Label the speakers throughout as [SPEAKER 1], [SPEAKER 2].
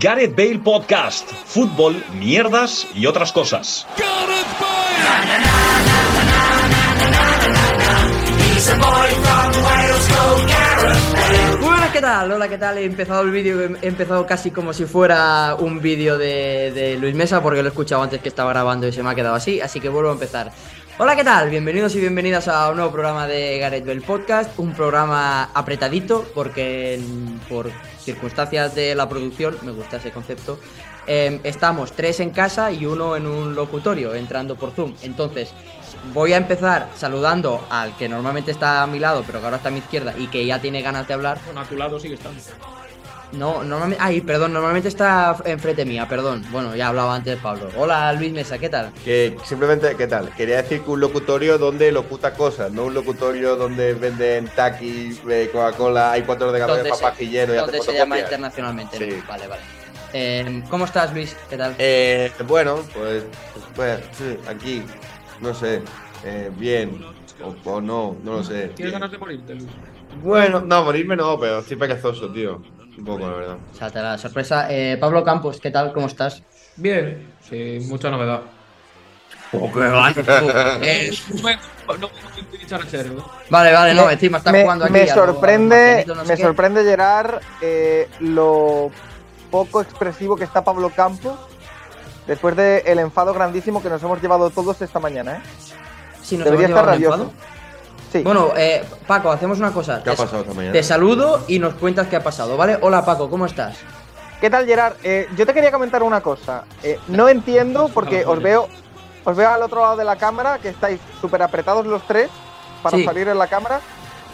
[SPEAKER 1] Gareth Bale Podcast, fútbol, mierdas y otras cosas.
[SPEAKER 2] Buenas, ¿qué tal? Hola, ¿qué tal? He empezado el vídeo, he empezado casi como si fuera un vídeo de, de Luis Mesa porque lo he escuchado antes que estaba grabando y se me ha quedado así, así que vuelvo a empezar. Hola, ¿qué tal? Bienvenidos y bienvenidas a un nuevo programa de Gareth Bell Podcast, un programa apretadito porque en- por circunstancias de la producción, me gusta ese concepto, eh, estamos tres en casa y uno en un locutorio, entrando por Zoom. Entonces, voy a empezar saludando al que normalmente está a mi lado, pero que ahora está a mi izquierda y que ya tiene ganas de hablar.
[SPEAKER 3] Bueno, a tu lado sigue estando.
[SPEAKER 2] No, normalmente... Ay, perdón, normalmente está enfrente mía, perdón. Bueno, ya hablaba antes Pablo. Hola, Luis Mesa, ¿qué tal?
[SPEAKER 4] Que simplemente, ¿qué tal? Quería decir que un locutorio donde locuta cosas, no un locutorio donde venden taquis, eh, Coca-Cola, hay cuatro de
[SPEAKER 2] ¿Dónde
[SPEAKER 4] café
[SPEAKER 2] se-
[SPEAKER 4] papajillero y
[SPEAKER 2] ¿Dónde
[SPEAKER 4] hace
[SPEAKER 2] se llama
[SPEAKER 4] fotocopias.
[SPEAKER 2] internacionalmente?
[SPEAKER 4] Sí.
[SPEAKER 2] ¿no? Vale, vale. Eh, ¿Cómo estás, Luis? ¿Qué tal?
[SPEAKER 4] Eh, bueno, pues, pues sí, aquí, no sé, eh, bien, o, o no, no lo sé.
[SPEAKER 3] ¿Tienes
[SPEAKER 4] bien.
[SPEAKER 3] ganas de morirte, Luis?
[SPEAKER 4] Bueno, no, morirme no, pero estoy pegazoso, tío. Un poco, la verdad.
[SPEAKER 2] O sea, te la sorpresa. Eh, Pablo Campos, ¿qué tal? ¿Cómo estás?
[SPEAKER 3] Bien. Sí, mucha novedad.
[SPEAKER 2] Eh,
[SPEAKER 3] no puedo decir charachero, ¿no?
[SPEAKER 2] vale, vale, no, encima estás
[SPEAKER 5] me,
[SPEAKER 2] jugando aquí.
[SPEAKER 5] me
[SPEAKER 2] a lo- a lo
[SPEAKER 5] sorprende,
[SPEAKER 2] Marcelito, no sé
[SPEAKER 5] me
[SPEAKER 2] qué.
[SPEAKER 5] sorprende Gerard eh, lo poco expresivo que está Pablo Campos después del el enfado grandísimo que nos hemos llevado todos esta mañana. ¿eh?
[SPEAKER 2] Sí, nos
[SPEAKER 5] Debería
[SPEAKER 2] hemos
[SPEAKER 5] estar
[SPEAKER 2] llevado un
[SPEAKER 5] rabioso.
[SPEAKER 2] enfado.
[SPEAKER 5] Sí.
[SPEAKER 2] Bueno, eh, Paco, hacemos una cosa.
[SPEAKER 4] ¿Qué ha
[SPEAKER 2] Te-
[SPEAKER 4] pasado esta mañana?
[SPEAKER 2] Te saludo y nos cuentas qué ha pasado, ¿vale? Hola, Paco, ¿cómo estás?
[SPEAKER 5] ¿Qué tal Gerard? Eh, yo te quería comentar una cosa. Eh, no entiendo porque os veo, os veo al otro lado de la cámara que estáis súper apretados los tres para
[SPEAKER 2] Sí.
[SPEAKER 5] salir en la cámara.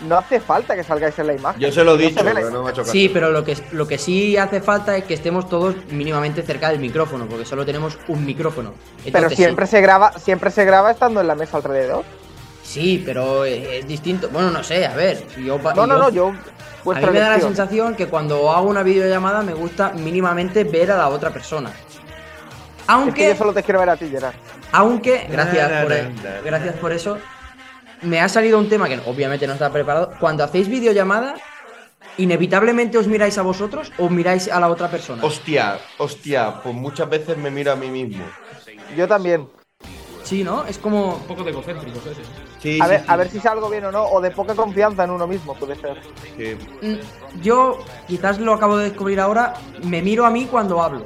[SPEAKER 5] No hace falta que salgáis en la imagen.
[SPEAKER 4] Yo se lo he
[SPEAKER 5] No
[SPEAKER 4] dicho,
[SPEAKER 5] ve la-
[SPEAKER 4] pero no me ha hecho caso.
[SPEAKER 2] Sí, pero lo que, lo que sí hace falta es que estemos todos mínimamente cerca del micrófono, porque solo tenemos un micrófono.
[SPEAKER 5] pero
[SPEAKER 2] Entonces, sí.
[SPEAKER 5] siempre se graba, siempre se graba estando en la mesa alrededor.
[SPEAKER 2] Sí, pero eh, es distinto. Bueno, no sé, a ver. Yo, pa-
[SPEAKER 5] No, no,
[SPEAKER 2] yo-
[SPEAKER 5] no, yo.
[SPEAKER 2] a
[SPEAKER 5] Vuestra
[SPEAKER 2] mí me da la
[SPEAKER 5] elección.
[SPEAKER 2] sensación que cuando hago una videollamada me gusta mínimamente ver a la otra persona.
[SPEAKER 5] Es
[SPEAKER 2] Aunque,
[SPEAKER 5] que yo solo te quiero ver a ti, Gerard.
[SPEAKER 2] aunque, gracias,
[SPEAKER 4] Na, na,
[SPEAKER 2] por,
[SPEAKER 4] na,
[SPEAKER 2] el-
[SPEAKER 4] na,
[SPEAKER 2] gracias por eso, me ha salido un tema que obviamente no está preparado. Cuando hacéis videollamada, inevitablemente os miráis a vosotros o miráis a la otra persona.
[SPEAKER 4] Hostia, hostia, pues muchas veces me miro a mí mismo.
[SPEAKER 5] Yo también.
[SPEAKER 2] Sí, ¿no? Es como...
[SPEAKER 3] Un poco de egocéntricos, ese.
[SPEAKER 4] Sí,
[SPEAKER 5] A
[SPEAKER 4] sí,
[SPEAKER 5] ver,
[SPEAKER 4] sí,
[SPEAKER 5] a ver si salgo bien o no, o de poca confianza en uno mismo, puede ser.
[SPEAKER 4] sí.
[SPEAKER 2] mm, Yo, quizás lo acabo de descubrir ahora, me miro a mí cuando hablo.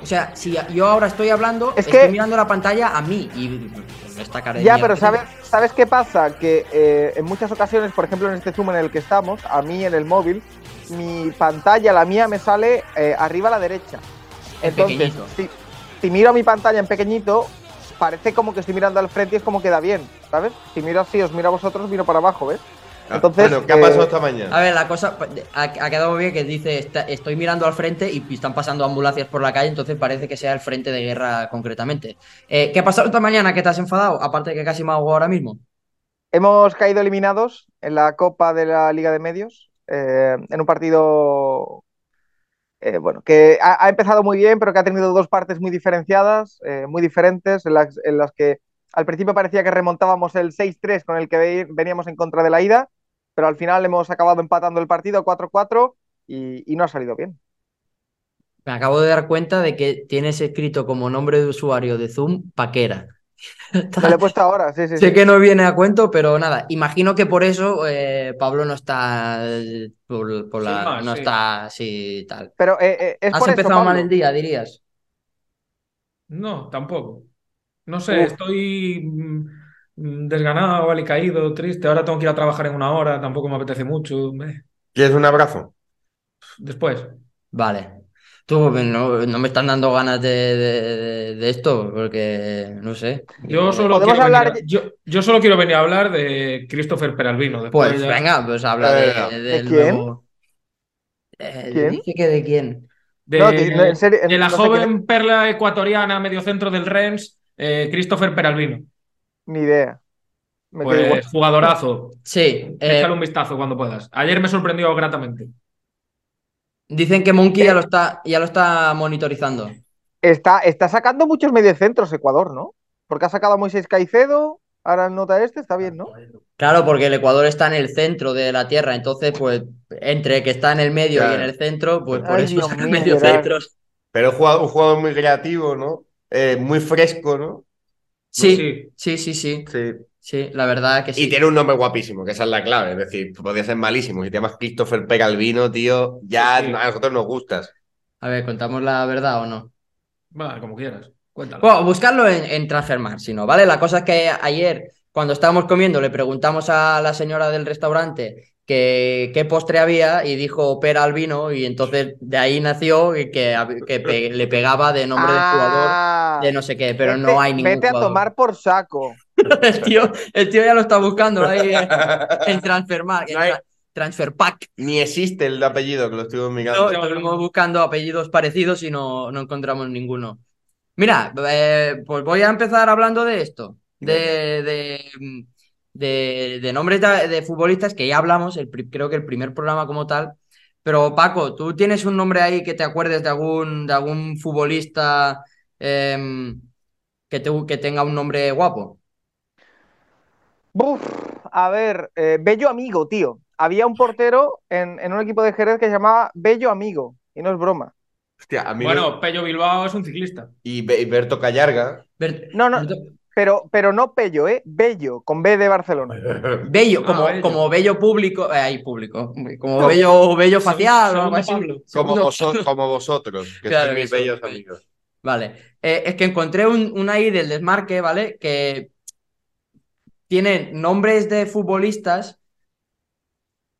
[SPEAKER 2] O sea, si yo ahora estoy hablando,
[SPEAKER 5] Es
[SPEAKER 2] estoy
[SPEAKER 5] que-
[SPEAKER 2] mirando la pantalla a mí y esta cara de
[SPEAKER 5] Ya,
[SPEAKER 2] mierda
[SPEAKER 5] pero
[SPEAKER 2] que
[SPEAKER 5] ¿sabes, ¿sabes qué pasa? Que eh, en muchas ocasiones, por ejemplo en este Zoom en el que estamos, a mí en el móvil, mi pantalla, la mía, me sale eh, arriba a la derecha.
[SPEAKER 2] En
[SPEAKER 5] Entonces,
[SPEAKER 2] pequeñito.
[SPEAKER 5] si, si miro a mi pantalla en pequeñito, parece como que estoy mirando al frente y es como queda bien, ¿sabes? Si miro así, os miro a vosotros, miro para abajo, ¿ves?
[SPEAKER 4] Ah,
[SPEAKER 5] Entonces,
[SPEAKER 4] bueno, ¿qué ha
[SPEAKER 5] eh,
[SPEAKER 4] pasado esta
[SPEAKER 2] A
[SPEAKER 4] mañana?
[SPEAKER 2] ver, la cosa pa- de- ha, ha quedado muy bien que dice, "Está- estoy mirando al frente y están pasando ambulancias por la calle, entonces parece que sea el frente de guerra concretamente. Eh, ¿Qué ha pasado esta mañana que te has enfadado? Aparte de que casi me ahogo ahora mismo.
[SPEAKER 5] Hemos caído eliminados en la Copa de la Liga de Medios, eh, en un partido eh, bueno, que ha, ha empezado muy bien, pero que ha tenido dos partes muy diferenciadas, eh, muy diferentes, en las, en las que al principio parecía que remontábamos el 6-3 con el que ve- veníamos en contra de la ida, pero al final hemos acabado empatando el partido 4-4 y, y no ha salido bien.
[SPEAKER 2] Me acabo de dar cuenta de que tienes escrito como nombre de usuario de Zoom Paquera.
[SPEAKER 5] Me lo he puesto ahora, sí, sí,
[SPEAKER 2] Sé
[SPEAKER 5] sí.
[SPEAKER 2] que no viene a cuento, pero nada, imagino que por eso eh, Pablo no está eh, por, por la,
[SPEAKER 3] Sin más,
[SPEAKER 2] no
[SPEAKER 3] sí.
[SPEAKER 2] está así tal.
[SPEAKER 5] Pero eh, eh, es
[SPEAKER 2] Has
[SPEAKER 5] por eso,
[SPEAKER 2] empezado mal
[SPEAKER 5] Pablo.
[SPEAKER 2] el día, dirías.
[SPEAKER 3] No, tampoco. No sé,
[SPEAKER 5] Uh.
[SPEAKER 3] estoy mm, mm, desganado, alicaído, triste. Ahora tengo que ir a trabajar en una hora, tampoco me apetece mucho. eh.
[SPEAKER 4] ¿Quieres un abrazo?
[SPEAKER 3] Después.
[SPEAKER 2] Vale. Tú eh, no, no me están dando ganas de, de- de- de esto, porque no sé.
[SPEAKER 3] Yo solo,
[SPEAKER 5] Podemos
[SPEAKER 3] quiero
[SPEAKER 5] hablar
[SPEAKER 3] venir a- yo, yo solo quiero venir a hablar de Christopher Peralvino. después
[SPEAKER 2] Pues
[SPEAKER 3] ya-
[SPEAKER 2] venga, pues habla de,
[SPEAKER 4] Venga.
[SPEAKER 2] del
[SPEAKER 5] eh, ¿De quién?
[SPEAKER 2] nuevo- Eh,
[SPEAKER 5] ¿Quién?
[SPEAKER 2] Dice que de quién.
[SPEAKER 3] de,
[SPEAKER 5] No, que- no, en serio,
[SPEAKER 3] de la
[SPEAKER 5] no sé
[SPEAKER 3] joven perla ecuatoriana, mediocentro del Rennes, eh, Christopher Peralvino.
[SPEAKER 5] Ni idea. Me quedo
[SPEAKER 3] Pues,
[SPEAKER 5] igual.
[SPEAKER 3] jugadorazo.
[SPEAKER 2] Sí, eh,
[SPEAKER 3] Échale un vistazo cuando puedas. Ayer me sorprendió gratamente.
[SPEAKER 2] dicen que Monkey ya lo está, ya lo está monitorizando.
[SPEAKER 5] Está, está sacando muchos mediocentros Ecuador, ¿no? Porque ha sacado a Moisés Caicedo, Ahora el nota este está bien, ¿no?
[SPEAKER 2] Claro, porque el Ecuador está en el centro de la Tierra, entonces, pues, entre que está en el medio
[SPEAKER 4] Claro.
[SPEAKER 2] y en el centro, pues por
[SPEAKER 5] Ay,
[SPEAKER 2] eso
[SPEAKER 5] Dios
[SPEAKER 2] sacan
[SPEAKER 5] mío,
[SPEAKER 2] medio
[SPEAKER 5] Gerard.
[SPEAKER 2] centro.
[SPEAKER 4] Pero un jugador, un jugador muy creativo, ¿no? Eh, muy fresco, ¿no?
[SPEAKER 2] Sí, sí, sí, sí,
[SPEAKER 4] Pues Sí.
[SPEAKER 2] sí, la verdad que
[SPEAKER 4] Y
[SPEAKER 2] sí.
[SPEAKER 4] tiene un nombre guapísimo, que esa es la clave. Es decir, podría ser malísimo. Si te llamas Christopher P. Calvino, tío, ya
[SPEAKER 3] Sí.
[SPEAKER 4] a nosotros nos gustas.
[SPEAKER 2] A ver, ¿contamos la verdad o no?
[SPEAKER 3] Va, como quieras. Cuéntalo.
[SPEAKER 2] Bueno, buscarlo en, en Transfermarkt, si no, ¿vale? La cosa es que ayer, cuando estábamos comiendo, le preguntamos a la señora del restaurante que, qué postre había y dijo pera al vino y entonces de ahí nació y que, hab- que pe- le pegaba de nombre del jugador
[SPEAKER 5] Ah,
[SPEAKER 2] de no sé qué, pero
[SPEAKER 5] vete-
[SPEAKER 2] no hay ningún
[SPEAKER 5] Vete a
[SPEAKER 2] jugador.
[SPEAKER 5] tomar por saco.
[SPEAKER 2] el, tío, el tío ya lo está buscando ahí eh, en Transfermarkt, en
[SPEAKER 4] No hay-
[SPEAKER 2] tra- Transferpack.
[SPEAKER 4] Ni existe el apellido que lo estuve
[SPEAKER 2] No,
[SPEAKER 4] mirando.
[SPEAKER 3] no,
[SPEAKER 2] estuvimos
[SPEAKER 3] no.
[SPEAKER 2] buscando apellidos parecidos y no, no encontramos ninguno. Mira, eh, pues voy a empezar hablando de esto, de, de, mm, de- de nombres de, de futbolistas que ya hablamos, el pri- creo que el primer programa como tal. Pero Paco, ¿tú tienes un nombre ahí que te acuerdes de algún, de algún futbolista em, que, te- que tenga un nombre guapo?
[SPEAKER 5] Buf, a ver, eh, Bello Amigo, tío. Había un portero en, en un equipo de Jerez que se llamaba Bello Amigo, y no es broma.
[SPEAKER 4] Hostia, a mí
[SPEAKER 3] Bueno, Pello Bilbao es un ciclista.
[SPEAKER 4] Y, Be- y Berto Callarga.
[SPEAKER 2] Bert-
[SPEAKER 5] No, no. Pero, pero no Pello, ¿eh? Bello, con B de Barcelona.
[SPEAKER 2] Bello,
[SPEAKER 3] Ah,
[SPEAKER 2] como,
[SPEAKER 3] bello.
[SPEAKER 2] como bello público, eh, ay, público, como bello, bello facial o algo
[SPEAKER 3] Segundo
[SPEAKER 2] así.
[SPEAKER 3] Pablo.
[SPEAKER 4] Como,
[SPEAKER 2] Segundo-
[SPEAKER 4] voso- como vosotros, que
[SPEAKER 2] Claro
[SPEAKER 4] sois
[SPEAKER 2] que
[SPEAKER 4] mis
[SPEAKER 2] son
[SPEAKER 4] bellos
[SPEAKER 2] bellos.
[SPEAKER 4] amigos.
[SPEAKER 2] Vale. Eh, es que encontré un, un ahí del desmarque, ¿vale? Que tiene nombres de futbolistas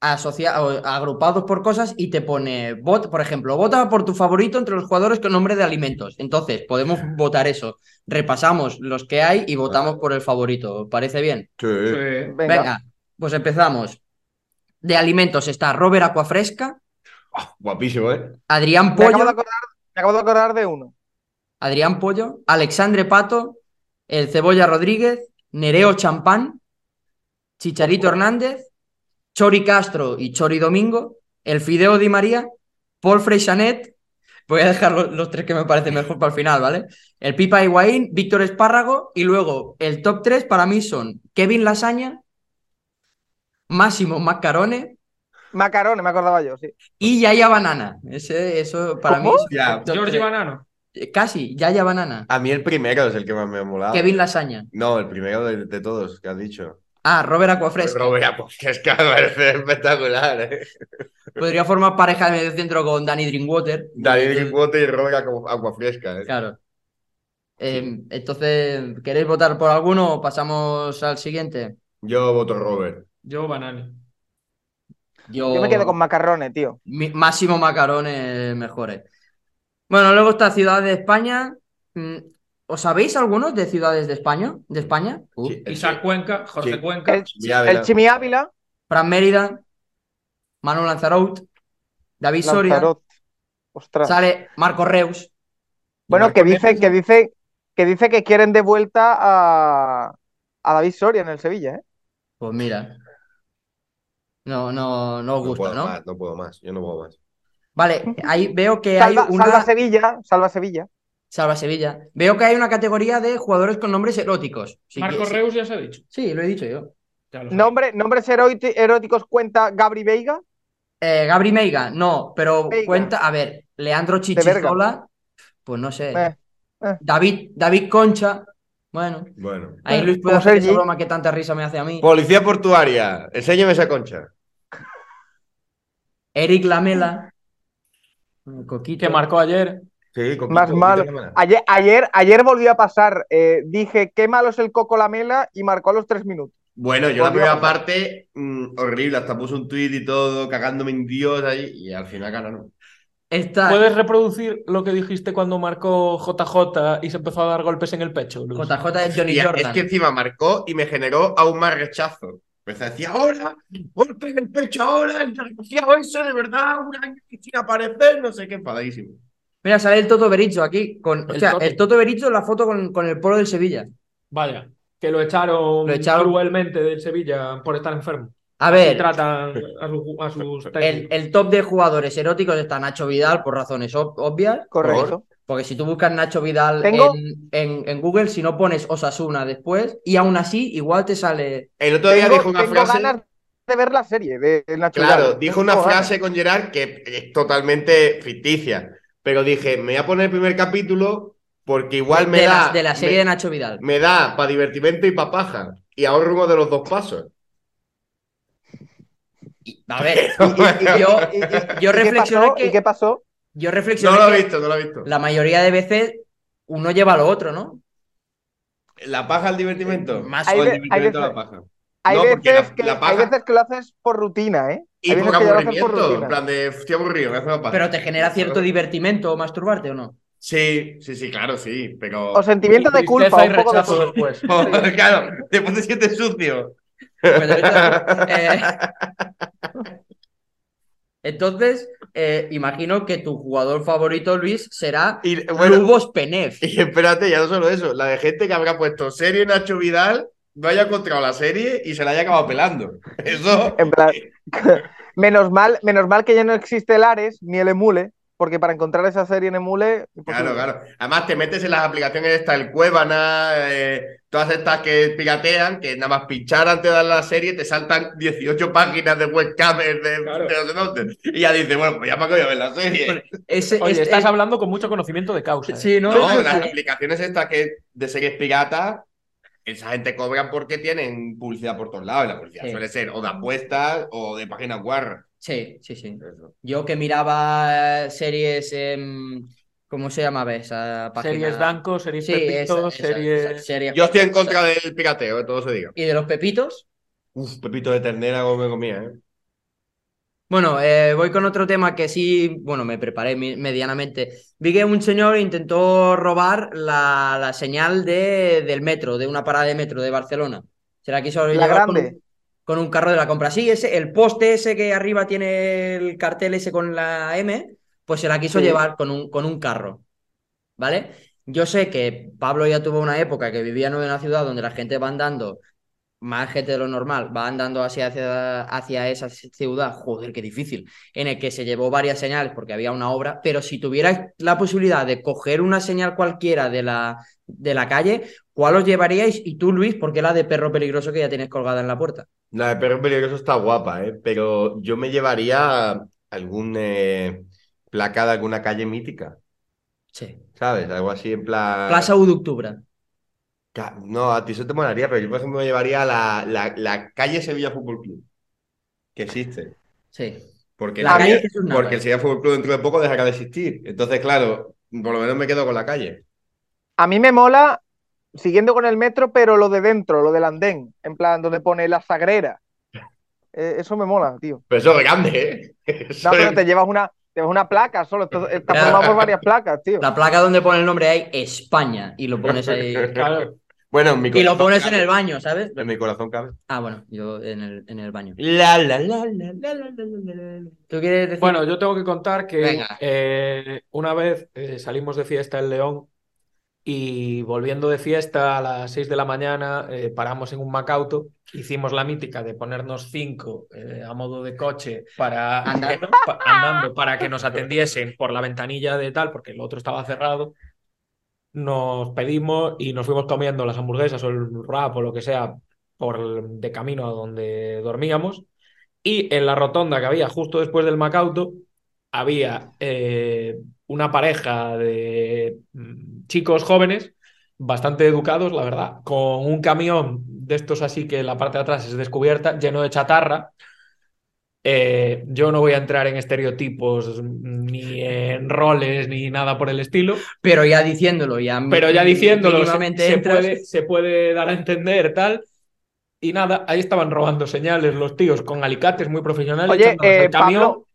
[SPEAKER 2] asocia- o agrupados por cosas y te pone, vot, por ejemplo, vota por tu favorito entre los jugadores con nombre de alimentos. Entonces, podemos
[SPEAKER 3] Ah.
[SPEAKER 2] votar eso. Repasamos los que hay y votamos por el favorito. ¿Os parece bien?
[SPEAKER 4] Sí.
[SPEAKER 3] Sí.
[SPEAKER 5] Venga.
[SPEAKER 2] pues empezamos. De alimentos está Robert Acuafresca,
[SPEAKER 4] Guapísimo, ¿eh?
[SPEAKER 2] Adrián
[SPEAKER 5] Me acabo, de
[SPEAKER 2] Pollo,
[SPEAKER 5] acordar, me acabo de acordar de uno.
[SPEAKER 2] Adrián Pollo, Alexandre Pato, el Cebolla Rodríguez, Nereo Champán, Chicharito Hernández, Chori Castro y Chori Domingo, el Fideo Di María, Paul Freixanet, voy a dejar lo- los, tres que me parecen mejor para el final, ¿vale? El Pipa Higuaín, Víctor Espárrago y luego el top tres para mí son Kevin Lasaña, Máximo Mascarone
[SPEAKER 5] Macarone, me acordaba yo, sí.
[SPEAKER 2] y Yaya Banana. Ese, eso para mí es
[SPEAKER 4] Hostia,
[SPEAKER 2] top
[SPEAKER 3] Jordi
[SPEAKER 2] tres.
[SPEAKER 3] Banano.
[SPEAKER 2] Eh, Casi, Yaya Banana,
[SPEAKER 4] a mí el primero es el que más me ha molado.
[SPEAKER 2] Kevin Lasaña.
[SPEAKER 4] No, el primero de, de todos que has dicho.
[SPEAKER 2] Ah, Robert Acuafresca.
[SPEAKER 4] Robert, pues que es que me parece espectacular, ¿eh?
[SPEAKER 2] Podría formar pareja de medio centro con Danny Drinkwater. Eh,
[SPEAKER 4] David Quijote y Robert Agu- Aguafresca, ¿eh?
[SPEAKER 2] Claro. Eh, entonces, ¿queréis votar por alguno o pasamos al siguiente?
[SPEAKER 4] Yo voto Robert.
[SPEAKER 3] Yo Banani.
[SPEAKER 5] Yo me
[SPEAKER 2] Oh.
[SPEAKER 5] quedo con Macarrone, tío.
[SPEAKER 2] Mi- Máximo Macarones mejores. eh. Bueno, luego está Ciudad de España. Mm, ¿Os sabéis algunos de ciudades de España? ¿De España? Uh,
[SPEAKER 4] Sí, el
[SPEAKER 3] Isaac Cuenca, Jorge
[SPEAKER 4] Sí.
[SPEAKER 3] Cuenca.
[SPEAKER 5] El,
[SPEAKER 4] Chimi Ávila.
[SPEAKER 5] el Chimi Ávila,
[SPEAKER 2] Fran Mérida, Manu Lanzarote, David Soria,
[SPEAKER 5] Lanzarote. Ostras.
[SPEAKER 2] sale Marco Reus.
[SPEAKER 5] Bueno, que
[SPEAKER 4] Marco
[SPEAKER 5] dice, que dice, que dice que quieren de vuelta a, a David Soria en el Sevilla, ¿eh?
[SPEAKER 2] Pues mira. No, no, no os
[SPEAKER 4] no
[SPEAKER 2] gusta,
[SPEAKER 4] puedo
[SPEAKER 2] ¿no?
[SPEAKER 4] más, no puedo más, yo no puedo más.
[SPEAKER 2] Vale, ahí veo que hay
[SPEAKER 5] Salva,
[SPEAKER 2] una.
[SPEAKER 5] salva Sevilla, salva Sevilla.
[SPEAKER 2] Salva Sevilla. Veo que hay una categoría de jugadores con nombres eróticos. Si
[SPEAKER 3] Marco
[SPEAKER 2] quieres-
[SPEAKER 3] Reus ya se ha dicho.
[SPEAKER 2] Sí, lo he dicho yo.
[SPEAKER 3] Ya lo sé.
[SPEAKER 5] Nombre, nombres eroiti- eróticos cuenta Gabri Veiga.
[SPEAKER 2] Eh, Gabri Meiga, no, pero
[SPEAKER 5] Meiga.
[SPEAKER 2] cuenta. A ver, Leandro Chichizola, pues no sé.
[SPEAKER 5] Eh, eh.
[SPEAKER 2] David, David Concha. Bueno,
[SPEAKER 4] Bueno.
[SPEAKER 2] ahí
[SPEAKER 5] Eh,
[SPEAKER 2] Luis puede
[SPEAKER 5] como
[SPEAKER 2] hacer esa
[SPEAKER 5] Sergi.
[SPEAKER 2] broma que tanta risa me hace a mí.
[SPEAKER 4] Policía portuaria, enséñame esa concha.
[SPEAKER 2] Eric Lamela. Coquito.
[SPEAKER 3] Mm. Que marcó ayer.
[SPEAKER 4] Sí, con
[SPEAKER 5] Más
[SPEAKER 4] Quito,
[SPEAKER 5] malo.
[SPEAKER 4] Quito Cámara.
[SPEAKER 5] Ayer, ayer, ayer volvió a pasar. eh, dije, qué malo es el Coco Lamela y marcó a los tres minutos.
[SPEAKER 4] Bueno, yo la
[SPEAKER 5] Volvió a
[SPEAKER 4] primera
[SPEAKER 5] pasar.
[SPEAKER 4] parte, mm, horrible, hasta puse un tuit y todo, cagándome en Dios ahí, y al final ganaron.
[SPEAKER 2] Está
[SPEAKER 3] ¿Puedes reproducir lo que dijiste cuando marcó JJ y se empezó a dar golpes en el pecho, Luis?
[SPEAKER 2] JJ de Johnny
[SPEAKER 4] Y a- es
[SPEAKER 2] Jordan.
[SPEAKER 4] que encima marcó y me generó aún más rechazo. Empecé a decir, ahora, golpe en el pecho, ahora, el desgraciado ese, de verdad, un año y sin aparecer, no sé qué, enfadadísimo.
[SPEAKER 2] Mira, sale el Toto Bericho aquí. Con, o
[SPEAKER 3] El
[SPEAKER 2] sea,
[SPEAKER 3] Toto.
[SPEAKER 2] el Toto Bericho en la foto con, con el polo del Sevilla.
[SPEAKER 3] Vaya, que lo echaron,
[SPEAKER 2] Lo echaron.
[SPEAKER 3] cruelmente del Sevilla por estar enfermo.
[SPEAKER 2] A
[SPEAKER 3] Y
[SPEAKER 2] ver,
[SPEAKER 3] tratan a, su- a sus técnicos.
[SPEAKER 2] El, el top de jugadores eróticos está Nacho Vidal por razones ob- obvias,
[SPEAKER 5] Correcto.
[SPEAKER 2] Porque si tú buscas Nacho Vidal
[SPEAKER 5] Tengo-
[SPEAKER 2] en, en- en Google, si no pones Osasuna después, y aún así, igual te sale.
[SPEAKER 4] El otro día
[SPEAKER 5] tengo,
[SPEAKER 4] dijo una
[SPEAKER 5] tengo
[SPEAKER 4] frase.
[SPEAKER 5] ganas de ver la serie de de Nacho
[SPEAKER 4] Claro,
[SPEAKER 5] Vidal.
[SPEAKER 4] dijo una
[SPEAKER 5] Tengo ganas.
[SPEAKER 4] frase con Gerard que es totalmente ficticia. Pero dije, me voy a poner el primer capítulo porque igual me
[SPEAKER 2] de,
[SPEAKER 4] da.
[SPEAKER 2] la, de la serie de
[SPEAKER 4] me,
[SPEAKER 2] Nacho Vidal.
[SPEAKER 4] me da para divertimento y para paja. Y ahorro uno de los dos pasos.
[SPEAKER 2] A ver,
[SPEAKER 4] no
[SPEAKER 2] yo,
[SPEAKER 5] ¿Y- y-
[SPEAKER 2] yo
[SPEAKER 5] y qué
[SPEAKER 2] reflexioné
[SPEAKER 5] pasó?
[SPEAKER 2] que-
[SPEAKER 5] ¿Y qué pasó?
[SPEAKER 2] yo reflexioné
[SPEAKER 4] lo
[SPEAKER 2] que
[SPEAKER 4] he visto, no lo he visto.
[SPEAKER 2] la mayoría de veces uno lleva a lo otro, ¿no?
[SPEAKER 4] ¿La paja al divertimento?
[SPEAKER 1] Más
[SPEAKER 5] Hay
[SPEAKER 4] o el
[SPEAKER 5] ve- hay
[SPEAKER 4] divertimento a la
[SPEAKER 5] veces-
[SPEAKER 4] paja.
[SPEAKER 5] Hay,
[SPEAKER 4] No, porque
[SPEAKER 5] veces
[SPEAKER 4] la-
[SPEAKER 5] que,
[SPEAKER 4] la paja-
[SPEAKER 5] hay veces que lo haces por rutina, ¿eh?
[SPEAKER 4] Y
[SPEAKER 5] hay veces
[SPEAKER 4] por
[SPEAKER 5] que ya lo haces por
[SPEAKER 4] aburrimiento, en
[SPEAKER 5] rutina.
[SPEAKER 4] plan de estoy aburrido, me hace la paja.
[SPEAKER 2] Pero te genera cierto
[SPEAKER 4] Claro.
[SPEAKER 2] divertimento masturbarte o no.
[SPEAKER 4] Sí, sí, sí, claro, sí, pero... Oh,
[SPEAKER 5] O sentimiento de
[SPEAKER 3] Tristeza
[SPEAKER 5] culpa,
[SPEAKER 3] y
[SPEAKER 5] un poco de
[SPEAKER 3] rechazo
[SPEAKER 5] todo.
[SPEAKER 3] después.
[SPEAKER 4] claro, después te sientes sucio.
[SPEAKER 2] Pero esto- eh, entonces, eh, imagino que tu jugador favorito, Luis, será
[SPEAKER 4] Y bueno,
[SPEAKER 2] Lubos Penef.
[SPEAKER 4] Y espérate, ya no solo eso, la de gente que habrá puesto serie Nacho Vidal, no haya encontrado la serie y se la haya acabado pelando. Eso.
[SPEAKER 5] En plan, menos, mal, menos mal que ya no existe el Ares ni el Emule, porque para encontrar esa serie en Emule. pues,
[SPEAKER 4] Claro, claro. Además, te metes en las aplicaciones esta, el Cuevana, eh, todas estas que piratean, que nada más pinchar antes de dar la serie, te saltan 18 páginas de webcamers de,
[SPEAKER 3] Claro.
[SPEAKER 4] de no sé dónde. Y ya dices, bueno, pues ya para que voy a ver la serie.
[SPEAKER 2] Ese-
[SPEAKER 6] Oye,
[SPEAKER 2] es-
[SPEAKER 6] estás
[SPEAKER 2] eh,
[SPEAKER 6] hablando con mucho conocimiento de causa. ¿eh?
[SPEAKER 2] Sí, ¿no?
[SPEAKER 4] No,
[SPEAKER 2] Sí.
[SPEAKER 4] las aplicaciones estas que de series piratas, esa gente cobra porque tienen publicidad por todos lados. Y la publicidad
[SPEAKER 2] Sí.
[SPEAKER 4] suele ser o de apuestas o de páginas guarras.
[SPEAKER 2] Sí, sí, sí.
[SPEAKER 4] Eso.
[SPEAKER 2] Yo que miraba eh, series, em, ¿cómo se llamaba esa página?
[SPEAKER 6] Series Danco, series
[SPEAKER 2] Sí, esa-
[SPEAKER 6] Pepito,
[SPEAKER 2] esa-
[SPEAKER 6] series.
[SPEAKER 2] esa- series-
[SPEAKER 4] Yo estoy en contra del pirateo, que todo se diga.
[SPEAKER 2] ¿Y de los pepitos?
[SPEAKER 4] Uf, pepito de ternera como me comía, ¿eh?
[SPEAKER 2] Bueno, eh, voy con otro tema que sí, bueno, me preparé mi- medianamente. Vi que un señor intentó robar la, la señal de, del metro, de una parada de metro de Barcelona. ¿Será que eso lo
[SPEAKER 5] La
[SPEAKER 2] lleva con,
[SPEAKER 5] grande.
[SPEAKER 2] con un carro de la compra? Sí, ese, el poste ese que arriba tiene el cartel ese con la M, pues se la quiso
[SPEAKER 5] Sí.
[SPEAKER 2] llevar con un, con un carro. ¿Vale? Yo sé que Pablo ya tuvo una época que vivía en una ciudad donde la gente va andando más gente de lo normal, va andando hacia, hacia, hacia esa ciudad, joder, qué difícil, en el que se llevó varias señales porque había una obra, pero si tuvierais la posibilidad de coger una señal cualquiera de la, de la calle, ¿cuál os llevaríais? Y tú, Luis, ¿por qué la de perro peligroso que ya tienes colgada en la puerta?
[SPEAKER 4] La de perro peligroso está guapa, ¿eh? Pero yo me llevaría algún eh, placa de alguna calle mítica,
[SPEAKER 2] Sí.
[SPEAKER 4] ¿sabes? Algo así en plan...
[SPEAKER 2] Plaza U de Octubre.
[SPEAKER 4] Ca- No, a ti eso te molaría, pero yo, por ejemplo, me llevaría la, la, la calle Sevilla Fútbol Club, que existe.
[SPEAKER 2] Sí.
[SPEAKER 4] Porque,
[SPEAKER 2] La
[SPEAKER 5] A
[SPEAKER 2] calle
[SPEAKER 5] mí-
[SPEAKER 2] Jesús Navas.
[SPEAKER 4] porque el Sevilla Fútbol Club dentro de poco dejará de existir. Entonces, claro, por lo menos me quedo con la calle.
[SPEAKER 5] A mí me mola, siguiendo con el metro, pero lo de dentro, lo del andén, en plan donde pone la sagrera. Eh, eso me mola, tío.
[SPEAKER 4] Pero eso es grande, ¿eh? Eso
[SPEAKER 5] No, pero
[SPEAKER 4] es-
[SPEAKER 5] te llevas una, te llevas una placa solo, esto está
[SPEAKER 2] Claro.
[SPEAKER 5] formado por varias placas, tío.
[SPEAKER 2] La placa donde pone el nombre ahí, España, y lo pones ahí.
[SPEAKER 6] Claro.
[SPEAKER 4] Bueno, en mi
[SPEAKER 2] Y lo
[SPEAKER 4] corazón
[SPEAKER 2] pones en
[SPEAKER 4] cabe.
[SPEAKER 2] el baño, ¿sabes?
[SPEAKER 4] En mi corazón cabe.
[SPEAKER 2] Ah, bueno, yo en el, en el baño.
[SPEAKER 4] La, la, la, la, la, la, la, la, la, la.
[SPEAKER 2] ¿Tú quieres decir?
[SPEAKER 6] Bueno, yo tengo que contar que
[SPEAKER 2] Venga.
[SPEAKER 6] eh, una vez eh, salimos de fiesta en León y volviendo de fiesta a las 6 de la mañana eh, paramos en un Macauto, hicimos la mítica de ponernos cinco eh, a modo de coche para
[SPEAKER 2] Andando.
[SPEAKER 6] pa- andando para que nos atendiesen por la ventanilla de tal, porque el otro estaba cerrado. Nos pedimos y nos fuimos comiendo las hamburguesas o el rap o lo que sea por de camino a donde dormíamos. Y en la rotonda que había justo después del Macauto, había eh, una pareja de mm, chicos jóvenes, bastante educados, la verdad, con un camión de estos así que la parte de atrás es descubierta, lleno de chatarra. Eh, yo no voy a entrar en estereotipos ni en roles ni nada por el estilo,
[SPEAKER 2] Pero ya diciéndolo, ya.
[SPEAKER 6] pero ya diciéndolo, se,
[SPEAKER 2] mínimamente
[SPEAKER 6] se
[SPEAKER 2] entras.
[SPEAKER 6] puede, se puede dar a entender tal. Y nada, ahí estaban robando señales los tíos con alicates muy profesionales.
[SPEAKER 5] Oye,
[SPEAKER 6] echándonos al
[SPEAKER 5] eh, Pablo,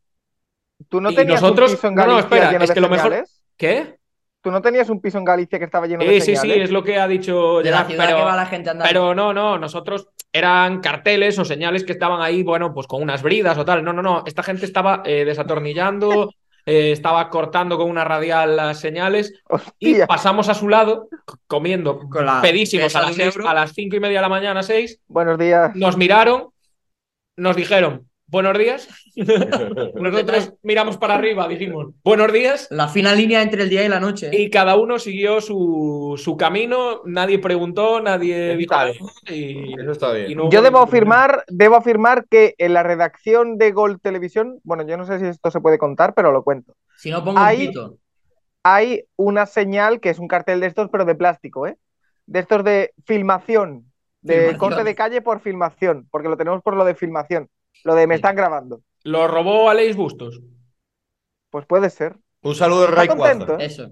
[SPEAKER 5] ¿tú no
[SPEAKER 6] Y
[SPEAKER 5] tenías
[SPEAKER 6] nosotros-
[SPEAKER 5] un piso en
[SPEAKER 6] no, no,
[SPEAKER 5] Galicia
[SPEAKER 6] espera,
[SPEAKER 5] lleno
[SPEAKER 6] es
[SPEAKER 5] de
[SPEAKER 6] que lo mejor-
[SPEAKER 5] señales?
[SPEAKER 6] ¿Qué?
[SPEAKER 5] ¿Tú no tenías un piso en Galicia que estaba lleno de
[SPEAKER 6] Sí, sí, sí,
[SPEAKER 5] señales?
[SPEAKER 6] es lo que ha dicho
[SPEAKER 2] ¿eh? De la
[SPEAKER 6] Gerard,
[SPEAKER 2] ciudad
[SPEAKER 6] pero,
[SPEAKER 2] que va la gente andando.
[SPEAKER 6] pero no, no, nosotros eran carteles o señales que estaban ahí, bueno, pues con unas bridas o tal. No, no, no, esta gente estaba eh, desatornillando, eh, estaba cortando con una radial las señales y
[SPEAKER 5] Hostia.
[SPEAKER 6] pasamos a su lado c- comiendo
[SPEAKER 2] Con la
[SPEAKER 6] pedísimos
[SPEAKER 2] Ah, pesa
[SPEAKER 6] a
[SPEAKER 2] de
[SPEAKER 6] las,
[SPEAKER 2] un
[SPEAKER 6] seis-
[SPEAKER 2] euro.
[SPEAKER 6] a las cinco y media de la mañana, seis,
[SPEAKER 5] Buenos días.
[SPEAKER 6] nos miraron, nos dijeron, buenos días. Nosotros miramos para arriba, dijimos, buenos días.
[SPEAKER 2] La fina línea entre el día y la noche. ¿eh?
[SPEAKER 6] Y cada uno siguió su, su camino, nadie preguntó, nadie dijo
[SPEAKER 4] Vale.
[SPEAKER 6] nada, y-
[SPEAKER 4] Eso está bien.
[SPEAKER 6] y no hubo
[SPEAKER 5] Yo debo
[SPEAKER 6] ningún problema.
[SPEAKER 5] afirmar, debo afirmar que en la redacción de Gol Televisión, bueno, yo no sé si esto se puede contar, pero lo cuento.
[SPEAKER 2] Si no pongo
[SPEAKER 5] Ahí-
[SPEAKER 2] un pito.
[SPEAKER 5] Hay una señal que es un cartel de estos, pero de plástico, ¿eh? De estos de filmación, de
[SPEAKER 2] Filmación.
[SPEAKER 5] corte de calle por filmación, porque lo tenemos por lo de filmación, lo de me
[SPEAKER 2] Sí.
[SPEAKER 5] están grabando.
[SPEAKER 6] Lo robó Aleix Bustos.
[SPEAKER 5] Pues puede ser.
[SPEAKER 4] Un saludo de
[SPEAKER 5] Está
[SPEAKER 4] Ray Cuaza.
[SPEAKER 5] contento, ¿eh?
[SPEAKER 2] Eso.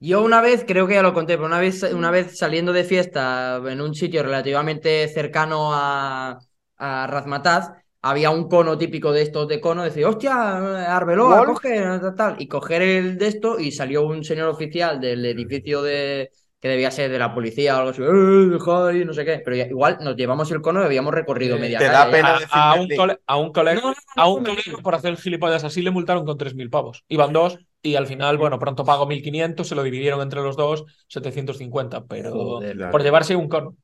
[SPEAKER 2] Yo una vez, creo que ya lo conté, pero una vez, una vez saliendo de fiesta en un sitio relativamente cercano a, a Razmataz, había un cono típico de estos de cono, decir, hostia, Arbeloa,
[SPEAKER 5] Golf.
[SPEAKER 2] coge, tal, tal", y coger el de esto, y salió un señor oficial del edificio de que debía ser de la policía o algo así, "Eh, dejad ahí", no sé qué, pero ya- igual nos llevamos el cono y habíamos recorrido
[SPEAKER 6] Eh,
[SPEAKER 2] media
[SPEAKER 4] te da
[SPEAKER 2] calle.
[SPEAKER 4] pena.
[SPEAKER 6] A,
[SPEAKER 4] decir
[SPEAKER 6] a un
[SPEAKER 4] Berlín.
[SPEAKER 6] cole- a un colega,
[SPEAKER 2] No, no, no,
[SPEAKER 6] a un
[SPEAKER 2] no, no, no.
[SPEAKER 6] colega por hacer gilipollas así le multaron con 3.000 pavos. Iban dos y al final, bueno, pronto pagó 1.500, se lo dividieron entre los dos, 750, pero
[SPEAKER 2] Joder.
[SPEAKER 6] por llevarse un cono.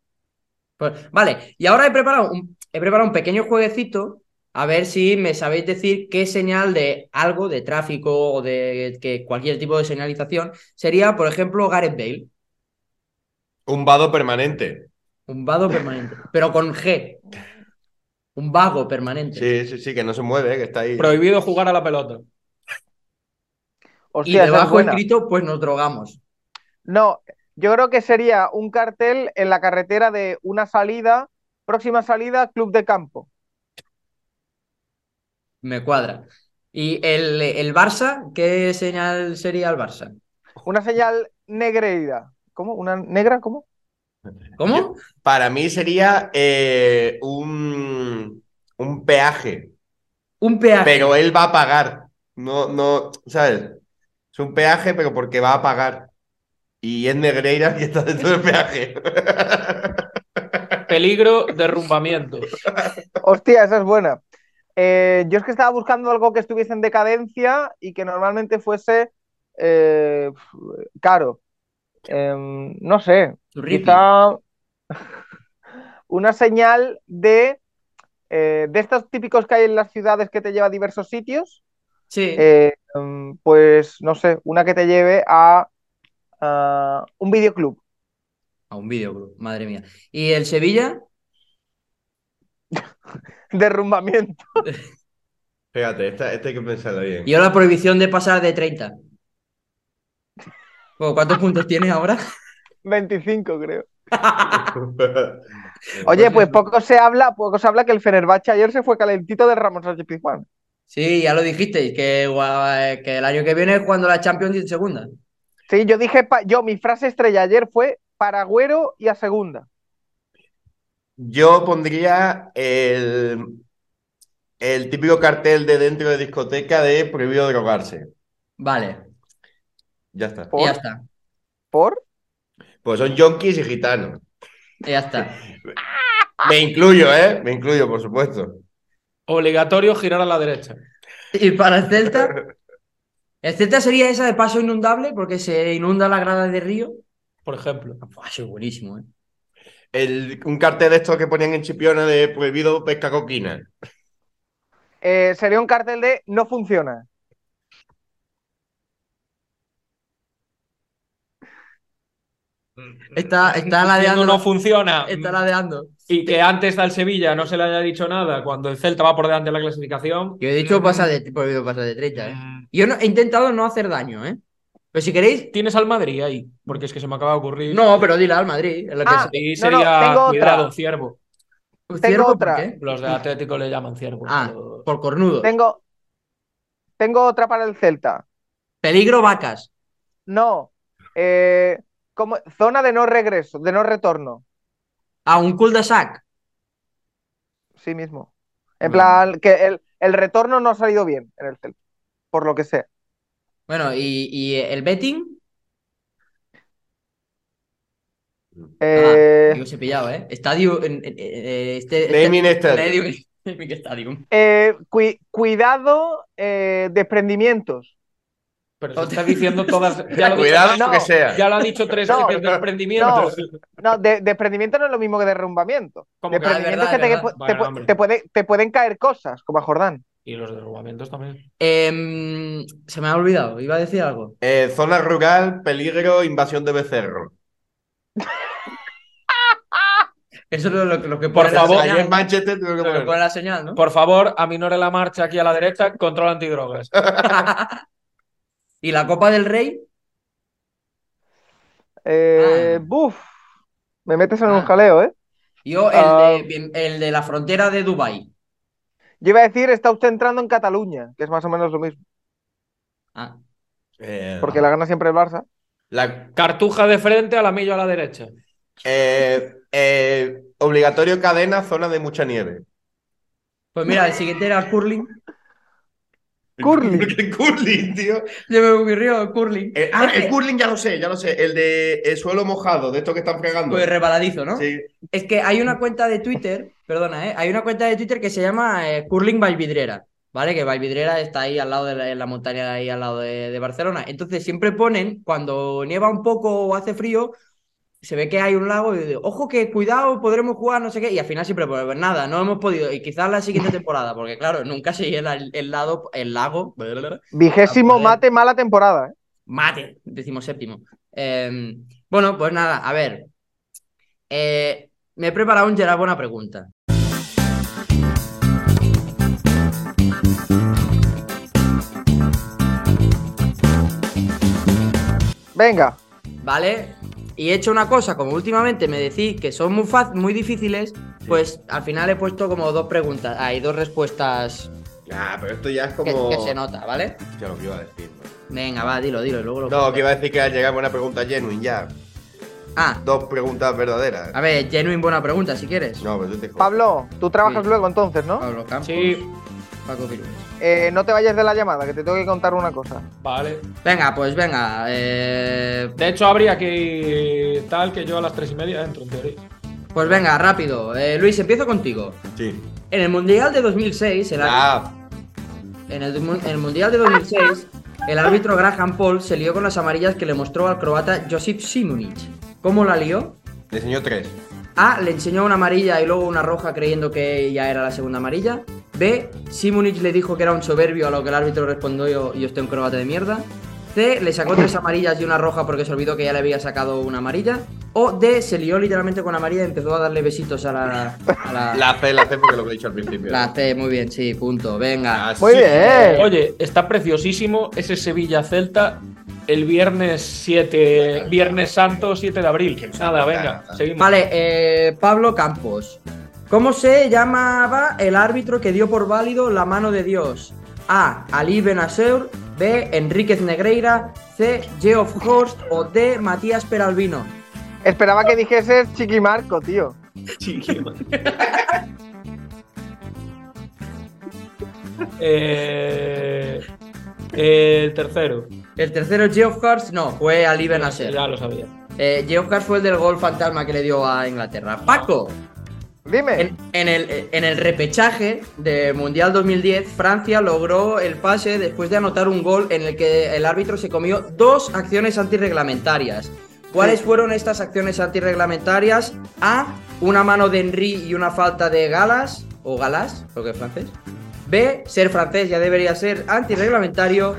[SPEAKER 2] Pues, vale, y ahora he preparado, un, he preparado un pequeño jueguecito a ver si me sabéis decir qué señal de algo, de tráfico o de que cualquier tipo de señalización sería, por ejemplo, Gareth Bale,
[SPEAKER 4] Un vado permanente.
[SPEAKER 2] un vado permanente, pero con G, un vago permanente.
[SPEAKER 4] Sí, sí, sí, que no se mueve, que está ahí.
[SPEAKER 6] Prohibido jugar a la pelota.
[SPEAKER 2] Y
[SPEAKER 5] Hostia, esa es
[SPEAKER 2] debajo
[SPEAKER 5] buena.
[SPEAKER 2] escrito, pues nos drogamos.
[SPEAKER 5] No, yo creo que sería un cartel en la carretera de una salida, próxima salida, club de campo.
[SPEAKER 2] Me cuadra. ¿Y el, el Barça? ¿Qué señal sería el Barça?
[SPEAKER 5] Una señal negreira. ¿Cómo? ¿Una negra? ¿Cómo?
[SPEAKER 2] ¿Cómo?
[SPEAKER 4] Para mí sería eh, un, un peaje,
[SPEAKER 2] Un peaje.
[SPEAKER 4] pero él va a pagar. No, no, ¿sabes? Es un peaje, pero porque va a pagar. Y es Negreira que está dentro del peaje.
[SPEAKER 6] Peligro, derrumbamiento.
[SPEAKER 5] Hostia, esa es buena. Eh, yo es que estaba buscando algo que estuviese en decadencia y que normalmente fuese eh, caro. Em, no sé,
[SPEAKER 2] Zurripi.
[SPEAKER 5] Quizá una señal de, eh, de estos típicos que hay en las ciudades que te lleva a diversos sitios,
[SPEAKER 2] Sí.
[SPEAKER 5] eh, mm, pues no sé, una que te lleve a, a un videoclub.
[SPEAKER 2] A Ah, un videoclub, madre mía. ¿Y el Sevilla?
[SPEAKER 5] Derrumbamiento.
[SPEAKER 4] Fíjate, esta, esta hay que pensarla bien.
[SPEAKER 2] Y ahora la prohibición de pasar de 30. Bueno, ¿Cuántos puntos tienes ahora?
[SPEAKER 5] 25, creo. Oye, pues
[SPEAKER 2] eso.
[SPEAKER 5] poco se habla, poco se habla que el Fenerbahce ayer se fue calentito de Ramón Sánchez Pizjuán.
[SPEAKER 2] Sí, ya lo dijisteis, que, gua- que el año que viene es cuando la Champions en segunda.
[SPEAKER 5] Sí, yo dije, pa- yo, mi frase estrella ayer fue Paragüero y a segunda.
[SPEAKER 4] Yo pondría el, el típico cartel de dentro de discoteca de prohibido drogarse.
[SPEAKER 2] Vale,
[SPEAKER 4] Ya está.
[SPEAKER 2] y
[SPEAKER 5] Por,
[SPEAKER 2] ya está,
[SPEAKER 5] por.
[SPEAKER 4] Pues son yonkis y gitanos.
[SPEAKER 2] y ya está.
[SPEAKER 4] Me incluyo, ¿eh? Me incluyo, por supuesto.
[SPEAKER 6] Obligatorio girar a la derecha.
[SPEAKER 2] Y para el Celta, el Celta sería esa de paso inundable porque se inunda la grada de río.
[SPEAKER 6] Por ejemplo.
[SPEAKER 2] Buah, eso es buenísimo, ¿eh?
[SPEAKER 4] El, un cartel de estos que ponían en Chipiona de prohibido pesca coquina.
[SPEAKER 5] Eh, sería un cartel de no funciona.
[SPEAKER 2] Está, está
[SPEAKER 6] Diciendo
[SPEAKER 2] ladeando.
[SPEAKER 6] no funciona.
[SPEAKER 2] está ladeando.
[SPEAKER 6] Y que antes al Sevilla no se le haya dicho nada cuando el Celta va por delante en la clasificación.
[SPEAKER 2] Yo he dicho pasa de, prohibido pasar de 30, ¿eh?
[SPEAKER 6] Mm.
[SPEAKER 2] Yo no, he intentado no hacer daño, ¿eh? Pero si queréis.
[SPEAKER 6] Tienes al Madrid ahí, porque es que se me acaba de ocurrir.
[SPEAKER 2] No, pero dila al Madrid. Es lo que
[SPEAKER 5] Ah,
[SPEAKER 2] sé.
[SPEAKER 6] Ahí
[SPEAKER 5] No, no,
[SPEAKER 6] sería
[SPEAKER 5] tengo otra.
[SPEAKER 6] cuidado, ciervo.
[SPEAKER 2] ¿Ciervo por
[SPEAKER 5] otra.
[SPEAKER 2] qué?
[SPEAKER 6] Los de Atlético le llaman ciervo.
[SPEAKER 2] Ah,
[SPEAKER 6] pero-
[SPEAKER 2] por cornudo.
[SPEAKER 5] Tengo, tengo otra para el Celta.
[SPEAKER 2] Peligro vacas.
[SPEAKER 5] No. eh, como, zona de no regreso, de no retorno.
[SPEAKER 2] A Ah, un cul de sac.
[SPEAKER 5] Sí mismo. En
[SPEAKER 2] Bueno.
[SPEAKER 5] plan, que el, el retorno no ha salido bien en el Celta. Por lo que sea.
[SPEAKER 2] Bueno, y, y el betting.
[SPEAKER 5] Eh,
[SPEAKER 2] Ah, digo, se pillado, ¿eh? Estadio. en- en- en- este, este-
[SPEAKER 4] Naming Esther.
[SPEAKER 2] Stadium. Naming Stadium.
[SPEAKER 5] eh, cui- cuidado, eh, desprendimientos.
[SPEAKER 6] Pero se está diciendo todas. Ya lo,
[SPEAKER 4] Cuidado
[SPEAKER 5] no,
[SPEAKER 4] lo que sea.
[SPEAKER 6] ya lo ha dicho tres
[SPEAKER 5] No,
[SPEAKER 6] veces de emprendimiento.
[SPEAKER 5] No, de, desprendimiento no es lo mismo que derrumbamiento.
[SPEAKER 6] Como que-
[SPEAKER 5] Desprendimiento
[SPEAKER 2] Ah,
[SPEAKER 5] es
[SPEAKER 2] es
[SPEAKER 5] que te,
[SPEAKER 2] verdad,
[SPEAKER 5] te-
[SPEAKER 6] es verdad.
[SPEAKER 5] te-
[SPEAKER 6] Vale,
[SPEAKER 5] te puede- te pueden caer cosas, como a Jordán.
[SPEAKER 6] Y los derrubamientos también.
[SPEAKER 2] Em, se me ha olvidado, iba a decir algo.
[SPEAKER 4] Eh, zona rural, peligro, invasión de becerro.
[SPEAKER 2] Eso es lo, lo- lo que
[SPEAKER 6] Por
[SPEAKER 2] pone la
[SPEAKER 6] favor.
[SPEAKER 2] señal,
[SPEAKER 4] Ayer en Manchester tuve que
[SPEAKER 2] lo que
[SPEAKER 4] poner.
[SPEAKER 2] pone la señal, ¿no?
[SPEAKER 6] Por favor, aminore la marcha aquí a la derecha, control antidrogas.
[SPEAKER 2] y la Copa del Rey,
[SPEAKER 5] Eh,
[SPEAKER 2] Ah.
[SPEAKER 5] Buf, me metes en un
[SPEAKER 2] Ah.
[SPEAKER 5] jaleo, ¿eh?
[SPEAKER 2] yo el,
[SPEAKER 5] Ah.
[SPEAKER 2] de, bien- el de la frontera de Dubai.
[SPEAKER 5] Yo iba a decir, está usted entrando en Cataluña, que es más o menos lo mismo,
[SPEAKER 2] Ah,
[SPEAKER 4] Eh,
[SPEAKER 5] porque la gana siempre el Barça.
[SPEAKER 4] la-
[SPEAKER 6] Cartuja de frente, al millo a la derecha.
[SPEAKER 4] eh, eh, obligatorio cadena, zona de mucha nieve.
[SPEAKER 2] Pues mira, el siguiente era el curling.
[SPEAKER 5] Curling.
[SPEAKER 2] Ah,
[SPEAKER 4] El curling, tío.
[SPEAKER 2] Yo me ocurrió el curling.
[SPEAKER 4] Eh, ah,
[SPEAKER 2] Este-
[SPEAKER 4] el curling ya lo sé, ya lo sé. El de el suelo mojado, de esto que están fregando.
[SPEAKER 2] Pues rebaladizo, ¿no?
[SPEAKER 4] Sí.
[SPEAKER 2] Es que hay una cuenta de Twitter, perdona, ¿eh? Hay una cuenta de Twitter que se llama eh, Curling Valvidrera, ¿vale? Que Valvidrera está ahí al lado de la, en la montaña, ahí al lado de, de Barcelona. Entonces siempre ponen, cuando nieva un poco o hace frío, se ve que hay un lago y digo, ojo que cuidado, podremos jugar, no sé qué. Y al final siempre ponen, "Pues nada, no hemos podido. Y quizás la siguiente temporada, porque claro, nunca se llena el, el lado, el lago,
[SPEAKER 5] Vigésimo
[SPEAKER 2] Ah, joder.
[SPEAKER 5] mate, mala temporada, ¿eh?
[SPEAKER 2] Mate, decimos séptimo. Eh, bueno, pues nada, a ver. Eh, me he preparado un Gerard Buena pregunta.
[SPEAKER 5] Venga,
[SPEAKER 2] ¿vale? Y he hecho una cosa, como últimamente me decís que son muy, fácil, muy difíciles, pues al final he puesto como dos preguntas, hay dos respuestas
[SPEAKER 4] Ah, pero esto ya es
[SPEAKER 2] que,
[SPEAKER 4] como.
[SPEAKER 2] que se nota, ¿vale?
[SPEAKER 4] Hostia, lo que iba a decir. ¿no?
[SPEAKER 2] Venga, va, dilo, dilo, y luego lo...
[SPEAKER 4] No, que iba a decir que al llegar una pregunta genuine ya.
[SPEAKER 2] Ah,
[SPEAKER 4] Dos preguntas verdaderas.
[SPEAKER 2] a ver, genuine buena pregunta, si quieres.
[SPEAKER 4] No, pero tú te jodas.
[SPEAKER 5] Pablo, tú trabajas
[SPEAKER 2] Sí.
[SPEAKER 5] luego entonces, ¿no?
[SPEAKER 2] Pablo Campos,
[SPEAKER 6] Sí,
[SPEAKER 2] Paco Virués.
[SPEAKER 5] Eh, no te vayas de la llamada, que te tengo que contar una cosa.
[SPEAKER 6] vale.
[SPEAKER 2] Venga, pues venga, eh,
[SPEAKER 6] De hecho, habría que ir tal que yo a las tres y media entro, en teoría.
[SPEAKER 2] pues venga, rápido. Eh, Luis, empiezo contigo.
[SPEAKER 4] Sí.
[SPEAKER 2] En el Mundial de 2006, el, árbitro-
[SPEAKER 4] Ah,
[SPEAKER 2] En el, mun- en el Mundial de 2006, el árbitro Graham Paul se lió con las amarillas que le mostró al croata Josip Simunic. ¿Cómo la lió?
[SPEAKER 4] le enseñó tres.
[SPEAKER 2] A. Le enseñó una amarilla y luego una roja creyendo que ya era la segunda amarilla. B. Simunic le dijo que era un soberbio a lo que el árbitro respondió yo, yo estoy un croata de mierda. C. Le sacó tres amarillas y una roja porque se olvidó que ya le había sacado una amarilla. O D. Se lió literalmente con amarilla y empezó a darle besitos a la... A la,
[SPEAKER 4] La C, la C, porque lo que he dicho al principio.
[SPEAKER 2] la C, muy bien, sí, punto. Venga.
[SPEAKER 4] Ah,
[SPEAKER 5] Muy
[SPEAKER 4] sí.
[SPEAKER 5] bien.
[SPEAKER 6] Oye, está preciosísimo ese Sevilla Celta el viernes 7, Viernes Santo 7 de abril. Nada, venga, seguimos.
[SPEAKER 2] Vale, eh, Pablo Campos. ¿Cómo se llamaba el árbitro que dio por válido la mano de Dios? A. Ali Benaseur. B. Enríquez Negreira. C. Geoff Horst. O D. Matías Peralvino.
[SPEAKER 5] Esperaba que dijese Chiqui Marco, tío.
[SPEAKER 6] Eh, el tercero,
[SPEAKER 2] El tercero, Geoff Horst, no, fue Ali Benaseur.
[SPEAKER 6] ya lo sabía.
[SPEAKER 2] Eh, Geoff Horst fue el del gol fantasma que le dio a Inglaterra. Paco,
[SPEAKER 5] Dime.
[SPEAKER 2] en, en el, en el repechaje del Mundial 2010, Francia logró el pase después de anotar un gol en el que el árbitro se comió dos acciones antirreglamentarias. ¿Cuáles fueron estas acciones antirreglamentarias? A. Una mano de Henry y una falta de Galas, o Galas, porque es francés. B. Ser francés ya debería ser antirreglamentario.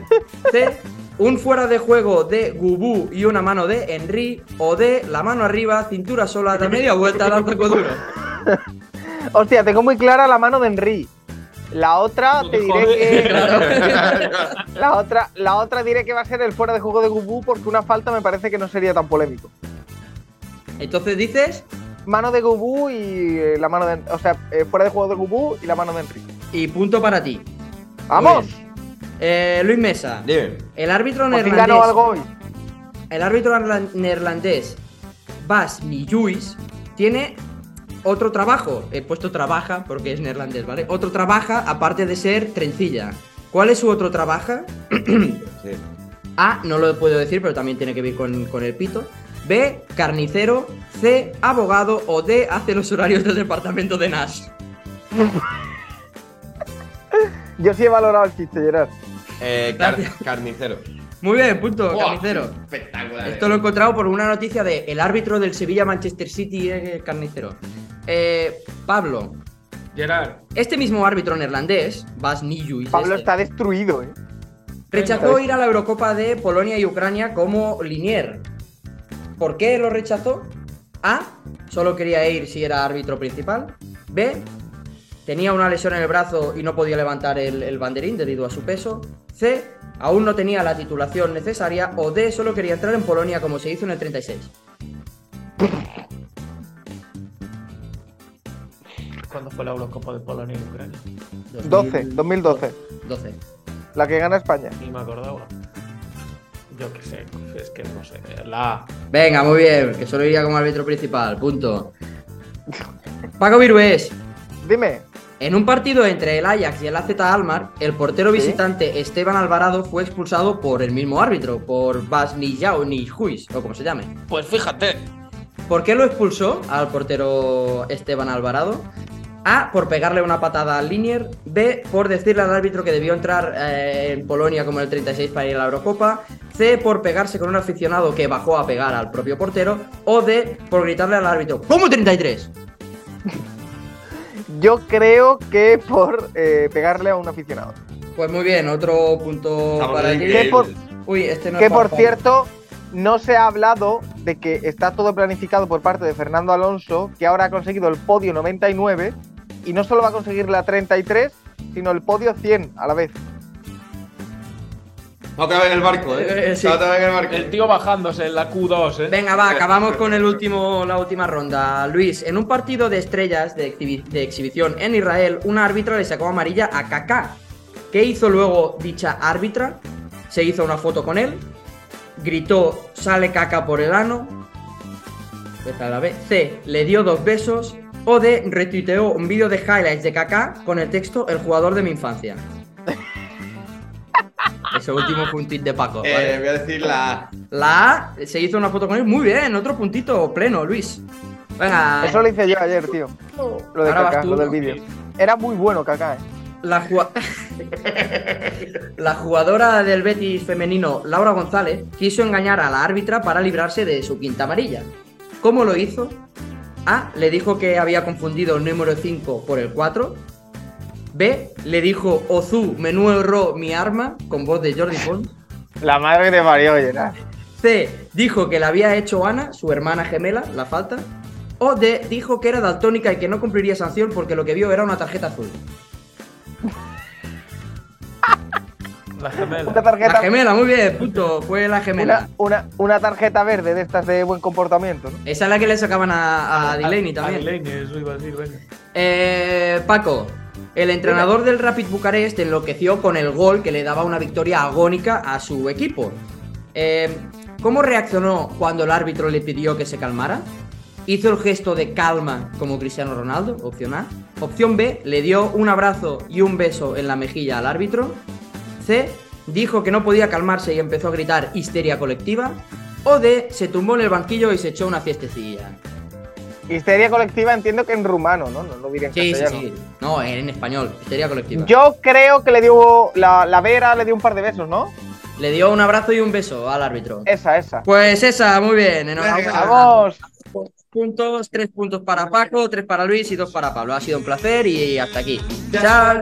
[SPEAKER 2] C. Un fuera de juego de Gubú y una mano de Henry. O D. La mano arriba, cintura sola, da media vuelta, da un taco duro.
[SPEAKER 5] Hostia, tengo muy clara la mano de Henry. La otra
[SPEAKER 6] No te
[SPEAKER 5] te diré
[SPEAKER 6] jode.
[SPEAKER 5] que. La otra, la otra diré que va a ser el fuera de juego de Gubú porque una falta me parece que no sería tan polémico.
[SPEAKER 2] Entonces dices,
[SPEAKER 5] Mano de Gubú y eh, la mano de. O sea, eh, fuera de juego de Gubú y la mano de Henry.
[SPEAKER 2] y punto para ti.
[SPEAKER 5] ¡Vamos!
[SPEAKER 2] Eh, Luis Mesa,
[SPEAKER 4] Dime.
[SPEAKER 2] el árbitro
[SPEAKER 5] Por fin ganó
[SPEAKER 2] neerlandés,
[SPEAKER 5] algo hoy.
[SPEAKER 2] el árbitro neerla- neerlandés Bas Miljuis tiene otro trabajo. He puesto trabaja porque es neerlandés, ¿vale? Otro trabaja aparte de ser trencilla. ¿Cuál es su otro trabaja?
[SPEAKER 4] Sí.
[SPEAKER 2] A, no lo puedo decir, pero también tiene que ver con, con el pito. B, carnicero. C, abogado. O D, hace los horarios del departamento de Nash.
[SPEAKER 5] Yo sí he valorado el chiste, Gerard.
[SPEAKER 4] Eh, car- carnicero.
[SPEAKER 2] Muy bien, punto,
[SPEAKER 4] Buah,
[SPEAKER 2] carnicero.
[SPEAKER 4] Espectacular. eh.
[SPEAKER 2] Esto lo he encontrado por una noticia de el árbitro del Sevilla Manchester City, eh, carnicero. Eh, Pablo,
[SPEAKER 3] Gerard,
[SPEAKER 2] este mismo árbitro neerlandés, Bas Nijuis,
[SPEAKER 5] Pablo
[SPEAKER 2] este,
[SPEAKER 5] está destruido, ¿eh?
[SPEAKER 2] rechazó ir a la Eurocopa de Polonia y Ucrania como linier. ¿Por qué lo rechazó? A. Solo quería ir si era árbitro principal. B. Tenía una lesión en el brazo y no podía levantar el, el banderín debido a su peso. C. Aún no tenía la titulación necesaria. O D. Solo quería entrar en Polonia como se hizo en el 36.
[SPEAKER 6] ¿Cuándo fue la Eurocopa de Polonia y Ucrania?
[SPEAKER 5] 12, 2012.
[SPEAKER 2] 12.
[SPEAKER 5] La que gana España.
[SPEAKER 6] Ni me acordaba. Yo qué sé, es que no sé. La A.
[SPEAKER 2] Venga, muy bien, que solo iría como árbitro principal, punto. Paco Virués,
[SPEAKER 5] Dime,
[SPEAKER 2] en un partido entre el Ajax y el AZ Almar, el portero
[SPEAKER 5] Sí.
[SPEAKER 2] visitante Esteban Alvarado fue expulsado por el mismo árbitro, por Bas Nijau, Nijuis, o como se llame.
[SPEAKER 7] Pues fíjate.
[SPEAKER 2] ¿Por qué lo expulsó al portero Esteban Alvarado? A, por pegarle una patada al linier. B, por decirle al árbitro que debió entrar eh, en Polonia como en el 36 para ir a la Eurocopa. C, por pegarse con un aficionado que bajó a pegar al propio portero. O D, por gritarle al árbitro, ¿cómo 33?
[SPEAKER 5] yo creo que por eh, pegarle a un aficionado.
[SPEAKER 2] Pues muy bien, otro punto
[SPEAKER 4] Estamos
[SPEAKER 2] para ti.
[SPEAKER 4] increíbles.
[SPEAKER 5] Que por-
[SPEAKER 2] Uy, este no
[SPEAKER 5] que
[SPEAKER 2] es para
[SPEAKER 5] por
[SPEAKER 2] Juan.
[SPEAKER 5] cierto, no se ha hablado de que está todo planificado por parte de Fernando Alonso, que ahora ha conseguido el podio 99 y no solo va a conseguir la 33, sino el podio 100 a la vez.
[SPEAKER 4] Otra vez en el barco, ¿eh?
[SPEAKER 2] Eh, sí.
[SPEAKER 4] Otra vez en el barco.
[SPEAKER 6] El tío bajándose en la Q2, ¿eh?
[SPEAKER 2] Venga, va, acabamos con el último, la última ronda. Luis, en un partido de estrellas de, exhibi- de exhibición en Israel, una árbitra le sacó amarilla a Kaká. ¿Qué hizo luego dicha árbitra? Se hizo una foto con él, gritó, sale Kaká por el ano. Esta la B. C, le dio dos besos. O D, retuiteó un vídeo de highlights de Kaká con el texto El jugador de mi infancia. Ese último fue un tuit de Paco.
[SPEAKER 4] Eh,
[SPEAKER 2] ¿vale?
[SPEAKER 4] voy a decir la.
[SPEAKER 2] La A se hizo una foto con él. Muy bien, otro puntito pleno, Luis. Venga,
[SPEAKER 5] Eso lo hice yo ayer, tío. Lo de
[SPEAKER 2] Ahora vas
[SPEAKER 5] Kaká,
[SPEAKER 2] tú,
[SPEAKER 5] lo del
[SPEAKER 2] ¿no?
[SPEAKER 5] vídeo. Era muy bueno Kaká, ¿eh?
[SPEAKER 2] la, jua- la jugadora del Betis femenino, Laura González, quiso engañar a la árbitra para librarse de su quinta amarilla. ¿Cómo lo hizo? A. Le dijo que había confundido el número 5 por el 4. B. Le dijo Ozu, menú erró mi arma, con voz de Jordi Pons.
[SPEAKER 5] La madre de Mario Gerard.
[SPEAKER 2] C. Dijo que la había hecho Ana, su hermana gemela, la falta. O D. Dijo que era daltónica y que no cumpliría sanción porque lo que vio era una tarjeta azul.
[SPEAKER 6] La
[SPEAKER 5] Una
[SPEAKER 6] gemela.
[SPEAKER 5] tarjeta,
[SPEAKER 2] La gemela, muy bien, punto. Fue la gemela.
[SPEAKER 5] una, una- una tarjeta verde de estas de buen comportamiento, ¿no?
[SPEAKER 2] Esa es la que le sacaban a, a Delaney también.
[SPEAKER 6] Delaney, eso iba a decir, venga.
[SPEAKER 2] Eh, Paco, el entrenador del Rapid Bucarest enloqueció con el gol que le daba una victoria agónica a su equipo. Eh, ¿Cómo reaccionó cuando el árbitro le pidió que se calmara? ¿Hizo el gesto de calma como Cristiano Ronaldo? Opción A. Opción B. Le dio un abrazo y un beso en la mejilla al árbitro. C. Dijo que no podía calmarse y empezó a gritar histeria colectiva. O D. Se tumbó en el banquillo y se echó una fiestecilla.
[SPEAKER 5] Histeria colectiva entiendo que en rumano, ¿no? No lo diré en
[SPEAKER 2] Sí, sí,
[SPEAKER 5] castellano.
[SPEAKER 2] sí. No, en español. Histeria colectiva.
[SPEAKER 5] Yo creo que le dio. La, la Vera le dio un par de besos, ¿no?
[SPEAKER 2] Le dio un abrazo y un beso al árbitro.
[SPEAKER 5] Esa, esa.
[SPEAKER 2] Pues esa, muy bien. Enhorabuena.
[SPEAKER 5] Vamos.
[SPEAKER 2] Puntos, tres puntos para Paco, tres para Luis y dos para Pablo. Ha sido un placer y hasta aquí. Chao.